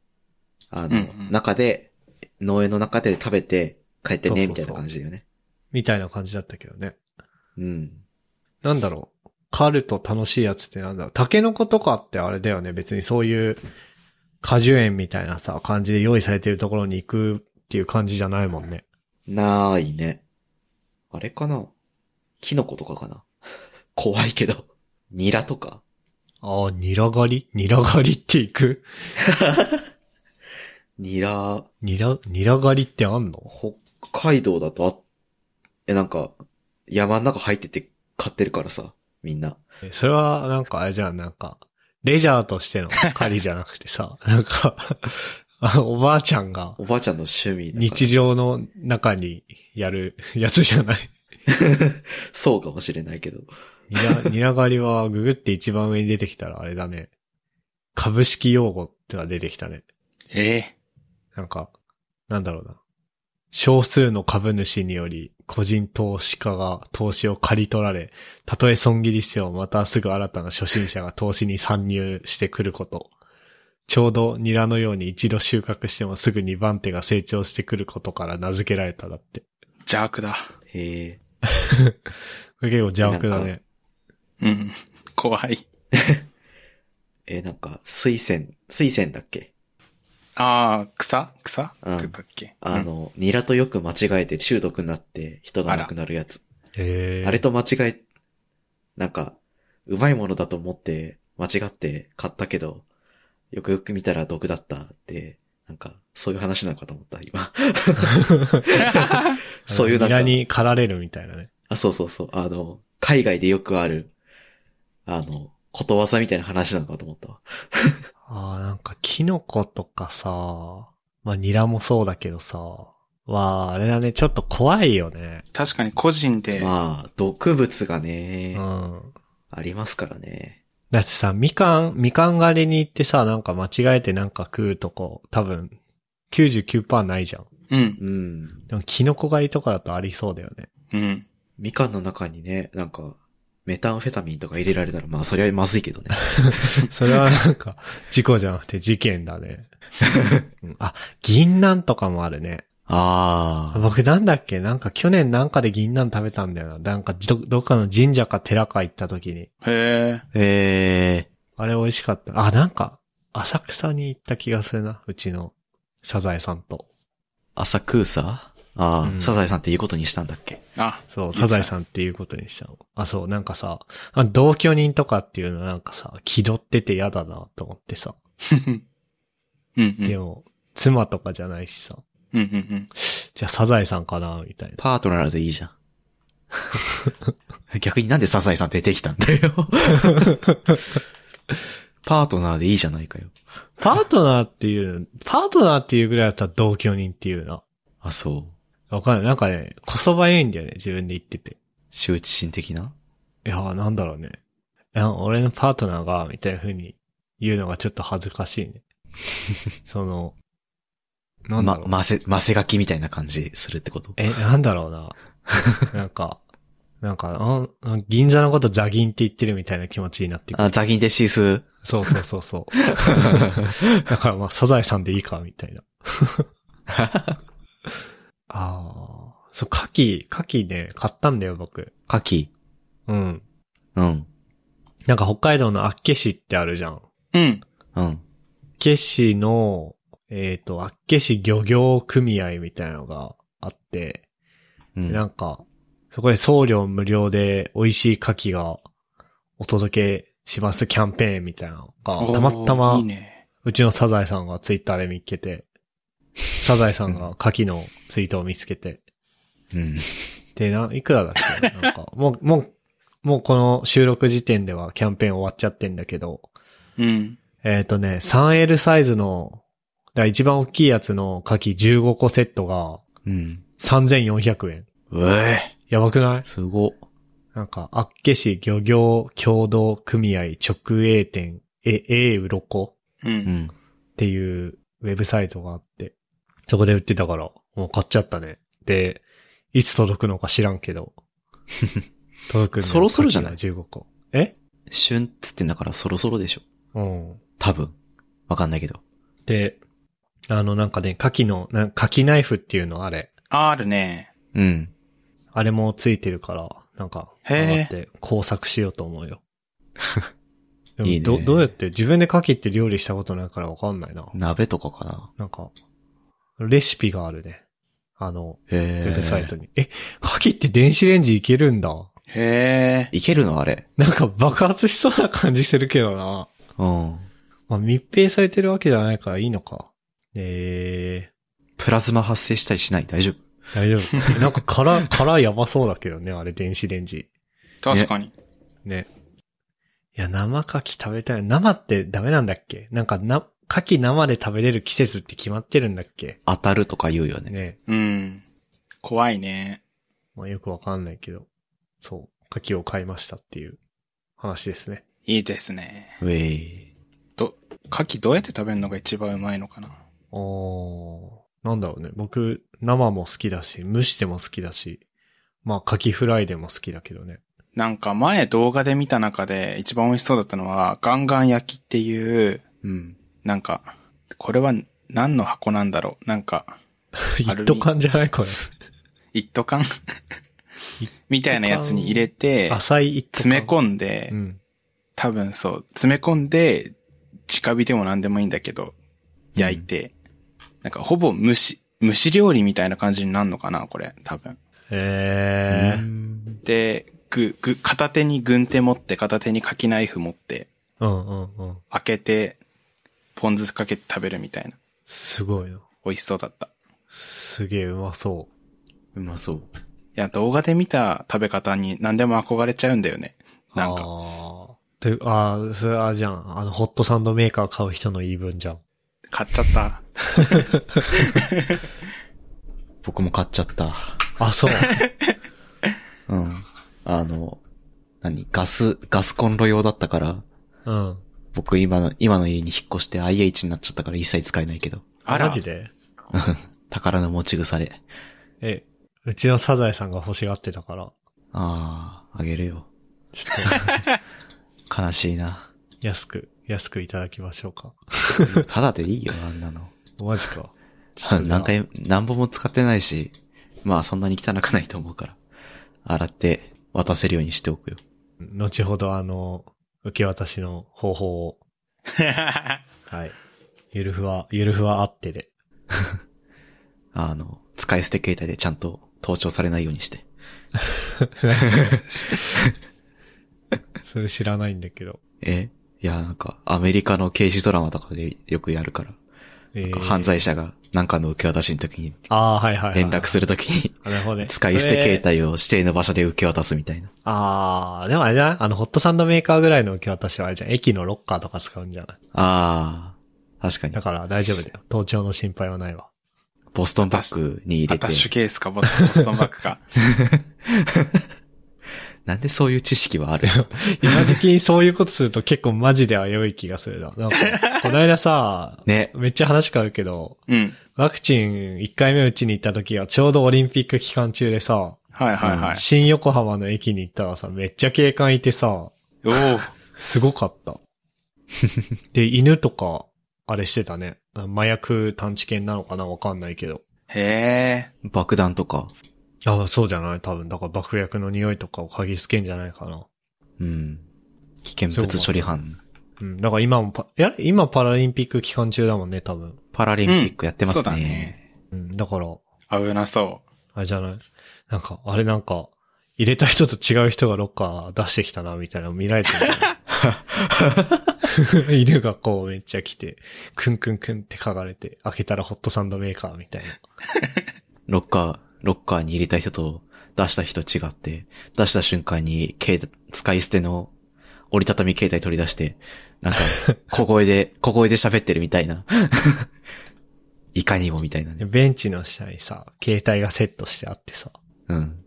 Speaker 3: あ
Speaker 1: うん
Speaker 3: の、
Speaker 1: うん
Speaker 3: 中で、農園の中で食べて帰ってね、
Speaker 2: そうそ
Speaker 3: みた
Speaker 2: う
Speaker 3: い
Speaker 2: そう
Speaker 3: な感じだよね。
Speaker 2: みたいな感じだったけどね。
Speaker 3: うん。
Speaker 2: なんだろう。カルト楽しいやつってなんだろう。タケノコとかってあれだよね。別にそういう果樹園みたいなさ、感じで用意されてるところに行くっていう感じじゃないもんね。
Speaker 3: なーいね。あれかなキノコとかかな 怖いけど。ニラとか
Speaker 2: ああ、ニラ狩りニラ狩りって行く
Speaker 3: ニラ、
Speaker 2: ニラ、ニラ狩りってあんの
Speaker 3: 北海道だとあ、え、なんか、山の中入ってて買ってるからさ、みんな。
Speaker 2: えそれは、なんか、あれじゃん、なんか、レジャーとしての狩りじゃなくてさ、 なんか、あおばあちゃんが
Speaker 3: おばあちゃんの趣味だから。
Speaker 2: 日常の中にやる やつじゃない。
Speaker 3: そうかもしれないけど。
Speaker 2: ニラ、 ニラ狩りはググって一番上に出てきたらあれだね。株式用語ってのが出てきたね。
Speaker 1: ええ。
Speaker 2: なんか、なんだろうな。少数の株主により、個人投資家が投資を借り取られ、たとえ損切りしてもまたすぐ新たな初心者が投資に参入してくること。ちょうどニラのように一度収穫してもすぐに番手が成長してくることから名付けられただって。
Speaker 1: 邪悪だ。
Speaker 3: へえ。
Speaker 2: これ結構邪悪だ
Speaker 3: なん
Speaker 2: ね。
Speaker 1: うん。怖い。
Speaker 3: え、なんか、水仙、水仙だっけ
Speaker 1: ああ、草草って
Speaker 3: うん
Speaker 1: 言ったっけ
Speaker 3: あ、の、ニラとよく間違えて中毒になって人が亡くなるやつ。
Speaker 2: へ
Speaker 3: あ
Speaker 2: ー
Speaker 3: れと間違え、なんか、うまいものだと思って、間違って買ったけど、よくよく見たら毒だったって、なんか、そういう話なのかと思った、今。そういう
Speaker 2: ニ
Speaker 3: なんか
Speaker 2: ラ、に駆られるみたいなね。
Speaker 3: あ、そうそうそう、あの、海外でよくある、あの、ことわざみたいな話なのかと思ったわ。
Speaker 2: ああ、なんか、キノコとかさ、まあ、ニラもそうだけどさ、は、あれだね、ちょっと怖いよね。
Speaker 1: うん 確かに個人で、
Speaker 3: まあ、毒物が
Speaker 2: う
Speaker 3: ね、
Speaker 2: ん。
Speaker 3: ありますからね。
Speaker 2: だってさ、みかん、みかん狩りに行ってさ、なんか間違えてなんか食うとこ、多分、99%ないじゃん。
Speaker 1: うん。
Speaker 3: う ん。
Speaker 2: でも、キノコ狩りとかだとありそうだよね。
Speaker 1: うん。
Speaker 3: みかんの中にね、なんか、メタンフェタミンとか入れられたら、まあそれはまずいけどね。
Speaker 2: それはなんか、事故じゃなくて事件だ ね。うんあ、銀杏とかもあるね。
Speaker 3: あー。
Speaker 2: 僕なんだっけなんか去年なんかで銀杏食べたんだよな。なんかど、どっかの神社か寺か行った時に。
Speaker 1: へえ。
Speaker 3: え
Speaker 2: あれ美味しかった。あ、なんか、浅草に行った気がするな。うちのサザエさんと。
Speaker 3: ー、朝食うさあー、
Speaker 2: うん
Speaker 3: サザエさんって言うことにしたんだっけ
Speaker 1: あ、
Speaker 2: そう、
Speaker 1: いいっすね
Speaker 2: サザエさんっていうことにしたの。あ、そう、なんかさ、あ同居人とかっていうのなんかさ、気取ってて嫌だなと思ってさ。
Speaker 1: ふふんうんうん。
Speaker 2: でも、妻とかじゃないしさ。
Speaker 1: うんうんうん。
Speaker 2: じゃあサザエさんかなみたいな。
Speaker 3: パートナーでいいじゃん。 逆になんでサザエさん出てきたんだよ。 パートナーでいいじゃないかよ。
Speaker 2: パートナーっていう、パートナーっていうぐらいだったら同居人っていうな。
Speaker 3: あ、そう。
Speaker 2: わかんない。なんかね、こそばいいんだよね。自分で言ってて。
Speaker 3: 周知心的ない
Speaker 2: やー、なんだろうね。いや、俺のパートナーが、みたいな風に言うのがちょっと恥ずかしいね。その、なんだ
Speaker 3: ま
Speaker 2: ろ、う。
Speaker 3: ませ、ませ書きみたいな感じするってこと
Speaker 2: え、なんだろうな。なんか、なんか、あ銀座のことザギンって言ってるみたいな気持ちになってくる。
Speaker 3: あ、ザギンデシー ス。
Speaker 2: そうそうそうそう。だからまあ、サザエさんでいいか、みたいな。ああ。そう、カキ、カキね、買ったんだよ、僕。
Speaker 3: カキ。
Speaker 2: うん。
Speaker 3: うん。
Speaker 2: なんか北海道の厚岸ってあるじゃん。
Speaker 1: うん。
Speaker 3: うん。
Speaker 2: 厚岸の、えっ、と、厚岸漁業組合みたいなのがあって、
Speaker 3: う。
Speaker 2: なんんか、そこで送料無料で美味しい牡蠣がお届けしますキャンペーンみたいなの
Speaker 1: おー
Speaker 2: が、たまたま
Speaker 1: いい、ね。
Speaker 2: うちのサザエさんがツイッターで見っけて、サザエさんが牡蠣のツイートを見つけて、
Speaker 3: うん。
Speaker 2: で、な、いくらだっけなんか、 もう、もう、もうこの収録時点ではキャンペーン終わっちゃってんだけど、
Speaker 1: うん。
Speaker 2: えっ、とね、3L サイズの、だから一番大きいやつの牡蠣15個セットが
Speaker 3: うん。
Speaker 2: 3400円。
Speaker 3: うえ
Speaker 2: やばくない
Speaker 3: すご。
Speaker 2: なんか、厚岸漁業協同組合直営店、え、えうろこ
Speaker 1: う。
Speaker 3: うんん。
Speaker 2: っていうウェブサイトがあって、そこで売ってたから、もう買っちゃったね。で、いつ届くのか知らんけ ど。届くの
Speaker 3: そろそろじゃない
Speaker 2: 牡蠣が ?15 個。え
Speaker 3: 旬っつってんだからそろそろでしょ。
Speaker 2: うん。
Speaker 3: 多分。わかんないけど。
Speaker 2: で、あの、なんかね、牡蠣の、な牡蠣ナイフっていうのあれ。
Speaker 1: あるね。
Speaker 3: うん。
Speaker 2: あれもついてるから、なんか、
Speaker 1: へー
Speaker 2: 頑張って工作しようと思う よ。でも
Speaker 3: いいね
Speaker 2: どどうやって、自分で牡蠣って料理したことないからわかんないな。
Speaker 3: 鍋とかかな。
Speaker 2: なんか、レシピがあるね。あの、ウ
Speaker 3: へえ。
Speaker 2: ェブサイトに。え、牡蠣って電子レンジいけるんだ。
Speaker 1: へえ。
Speaker 3: いけるのあれ。
Speaker 2: なんか爆発しそうな感じするけどな。
Speaker 3: うん。
Speaker 2: まあ、密閉されてるわけじゃないからいいのか。え
Speaker 3: プラズマ発生したりしない大丈
Speaker 2: ー、
Speaker 3: 夫
Speaker 2: 大丈夫。なんか殻、 殻やばそうだけどね、あれ電子レンジ。
Speaker 1: 確かに。
Speaker 2: ね。いや、生牡蠣食べたい。生ってダメなんだっけなんかな、牡蠣生で食べれる季節って決まってるんだっけ
Speaker 3: 当たるとか言うよね。
Speaker 2: ね。
Speaker 1: うん。怖いね。
Speaker 2: まあ、よくわかんないけど。そう。牡蠣を買いましたっていう話ですね。
Speaker 1: いいですね。
Speaker 3: うえい。
Speaker 1: 牡蠣どうやって食べるのが一番うまいのかな
Speaker 2: おー。なんだろうね。僕、生も好きだし、蒸しても好きだし、まあ、牡蠣フライでも好きだけど ね。
Speaker 1: なんか前動画で見た中で一番美味しそうだったのは、ガンガン焼きっていう、
Speaker 3: うん。
Speaker 1: なんか、これは何の箱なんだろうなんか、アルミ
Speaker 2: 一斗缶じゃないこ
Speaker 1: 一斗 缶みたいなやつに入れ
Speaker 2: れ。
Speaker 1: て、
Speaker 2: 浅い一斗
Speaker 1: 詰
Speaker 2: 缶。
Speaker 1: め込んで、
Speaker 2: うん。
Speaker 1: 多分そう、詰め込んで、直火でも何でもいいんだけど、焼いて、なんかほぼ蒸し、蒸し料理みたいな感じになるのかなこれ、多分。
Speaker 2: えー。
Speaker 1: で、ぐ、ぐ、片手に軍手持って、片手に柿ナイフ持って、
Speaker 2: うんうんうん。
Speaker 1: 開けて、ポン酢かけて食べるみたいな。
Speaker 2: すごいな。
Speaker 1: 美味しそうだった。
Speaker 2: すげえうまそう。
Speaker 3: うまそう。
Speaker 1: いや、動画で見た食べ方に何でも憧れちゃうんだよね。なんか。
Speaker 2: か。てあーそれはじゃん。あの、ホットサンドメーカー買う人の言い分じゃん。
Speaker 1: 買っちゃった。
Speaker 3: 僕も買っちゃった。
Speaker 2: あ、そう。
Speaker 3: うん。あの、何ガス、ガスコンロ用だったから、
Speaker 2: うん。
Speaker 3: 僕今の、今の家に引っ越して IH になっちゃったから一切使えないけど。
Speaker 1: あら
Speaker 2: マジで
Speaker 3: 宝の持ち腐れ。
Speaker 2: え、うちのサザエさんが欲しがってたから。
Speaker 3: ああ、あげるよ。
Speaker 2: ちょっと
Speaker 3: 悲しいな。
Speaker 2: 安く、 安くいただきましょうか。
Speaker 3: ただでいいよ、あんなの。
Speaker 2: マジ か。
Speaker 3: 何回、何本も使ってないし、まあそんなに汚くないと思うから、洗って渡せるようにしておくよ。
Speaker 2: 後ほどあの、受け渡しの方法を、はい。ゆるふわ、ゆるふわあってで。
Speaker 3: あの、使い捨て携帯でちゃんと盗聴されないようにして。
Speaker 2: それ知らないんだけど。
Speaker 3: えいや、なんか、アメリカの刑事ドラマとかでよくやるから、
Speaker 2: え
Speaker 3: なん
Speaker 2: ー
Speaker 3: か犯罪者がなんかの受け渡しの時に、
Speaker 2: ああ、はいはい、はい。
Speaker 3: 連絡するとき に、
Speaker 2: なるほどね。
Speaker 3: 使い捨て携
Speaker 2: それ。
Speaker 3: 帯を指定の場所で受け渡すみたいな。
Speaker 2: ああ、でもあれじゃないあの、ホットサンドメーカーぐらいの受け渡しはあれじゃん。駅のロッカーとか使うんじゃない
Speaker 3: ああ、確かに
Speaker 2: だ。から大丈夫だよ。盗聴の心配はないわ。
Speaker 3: ボストンバッグに入
Speaker 1: ア
Speaker 3: れ
Speaker 1: タ
Speaker 3: て
Speaker 1: ッ。シュケースかボストンバッグか。
Speaker 3: なんでそういう知識はある
Speaker 2: 今時期にそういうことすると結構マジで危うい気がするな。 なんか、この間さ、
Speaker 3: ね。
Speaker 2: めっちゃ話変わるけど、
Speaker 1: うん。
Speaker 2: ワクチン1回目打ちに行った時はちょうどオリンピック期間中でさ、
Speaker 1: はいはいはい。
Speaker 2: 新横浜の駅に行ったらさ、めっちゃ警官いてさ、
Speaker 1: おお
Speaker 2: すごかった。で、犬とか、あれしてたね。麻薬探知犬なのかなわかんないけど。
Speaker 1: へえ。
Speaker 3: 爆弾とか。
Speaker 2: あそうじゃない多分。だから爆薬の匂いとかを嗅ぎつけんじゃないかな。
Speaker 3: うん。危険物処理班。
Speaker 2: うん。だから今もパ、いや、今パラリンピック期間中だもんね、多分。
Speaker 3: パラリンピックやってま
Speaker 1: そ
Speaker 3: す
Speaker 1: うだ
Speaker 3: ね。
Speaker 1: ね。
Speaker 2: うん。だから、
Speaker 1: 危なそ
Speaker 2: あれじゃないなんか、あれなんか、入れた人と違う人がロッカー出してきたな、みたいなの見ら れてる。犬がこうめっちゃ来て、クンクンクンって嗅がれて、開けたらホットサンドメーカーみたいな。
Speaker 3: ロッカー、ロッカーに入れた人と出した人違って、出した瞬間に携帯使い捨ての折りたたみ携帯取り出して、なんか、小声で、小声で喋ってるみたいな。 いかにもみたいな
Speaker 2: で
Speaker 3: ね。
Speaker 2: ベンチの下にさ、携帯がセットしてあってさ、
Speaker 3: うん。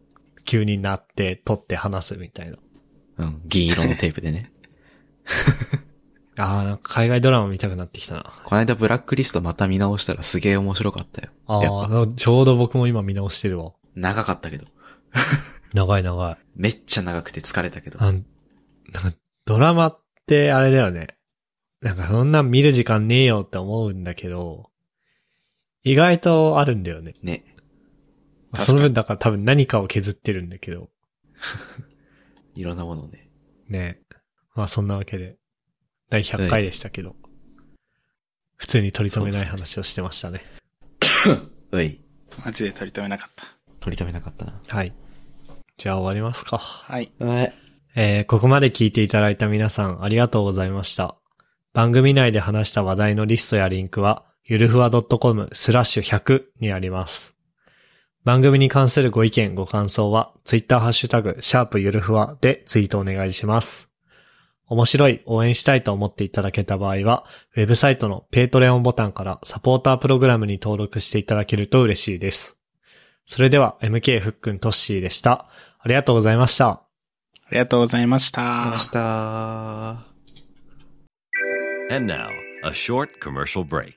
Speaker 2: 急に鳴って、取って話すみたいな。
Speaker 3: うん。銀色のテープでね。
Speaker 2: あーなんか海外ドラマ見たくなってきたな。
Speaker 3: この間ブラックリストまた見直したらすげえ面白かったよ。
Speaker 2: あ
Speaker 3: やっぱ
Speaker 2: あ、ちょうど僕も今見直してるわ。
Speaker 3: 長かったけど。
Speaker 2: 長い長い。
Speaker 3: めっちゃ長くて疲れたけど。
Speaker 2: あんなんか、ドラマってあれだよね。なんかそんなん見る時間ねえよって思うんだけど、意外とあるんだよね。
Speaker 3: ね。
Speaker 1: 確かに
Speaker 2: その分だから多分何かを削ってるんだけど、
Speaker 3: いろんなものをね。
Speaker 2: ね。まあそんなわけで、第100回でしたけど、普通に取り留めない話をしてましたね。
Speaker 3: うい。
Speaker 1: う。マジで取り留めなかった。
Speaker 3: 取り留めなかったな。
Speaker 2: はい。じゃあ終わりますか。
Speaker 1: はい。
Speaker 3: はい。
Speaker 2: えーここまで聞いていただいた皆さんありがとうございました。番組内で話した話題のリストやリンクは、ゆるふわ .com スラッシュ100にあります。番組に関するご意見、ご感想は、ツイッターハッシュタグ、シャープゆるふわでツイートお願いします。面白い、応援したいと思っていただけた場合は、ウェブサイトのペイトレオンボタンからサポータープログラムに登録していただけると嬉しいです。それでは、MK ふっくんトッシーでした。ありがとうございました。
Speaker 1: ありがとうございまし
Speaker 3: あり
Speaker 1: た
Speaker 3: まし。た。
Speaker 4: And now, a short commercial break.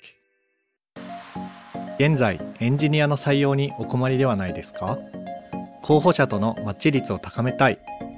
Speaker 2: 現在エンジニアの採用にお困りではないですか候補者とのマッチ率を高めたい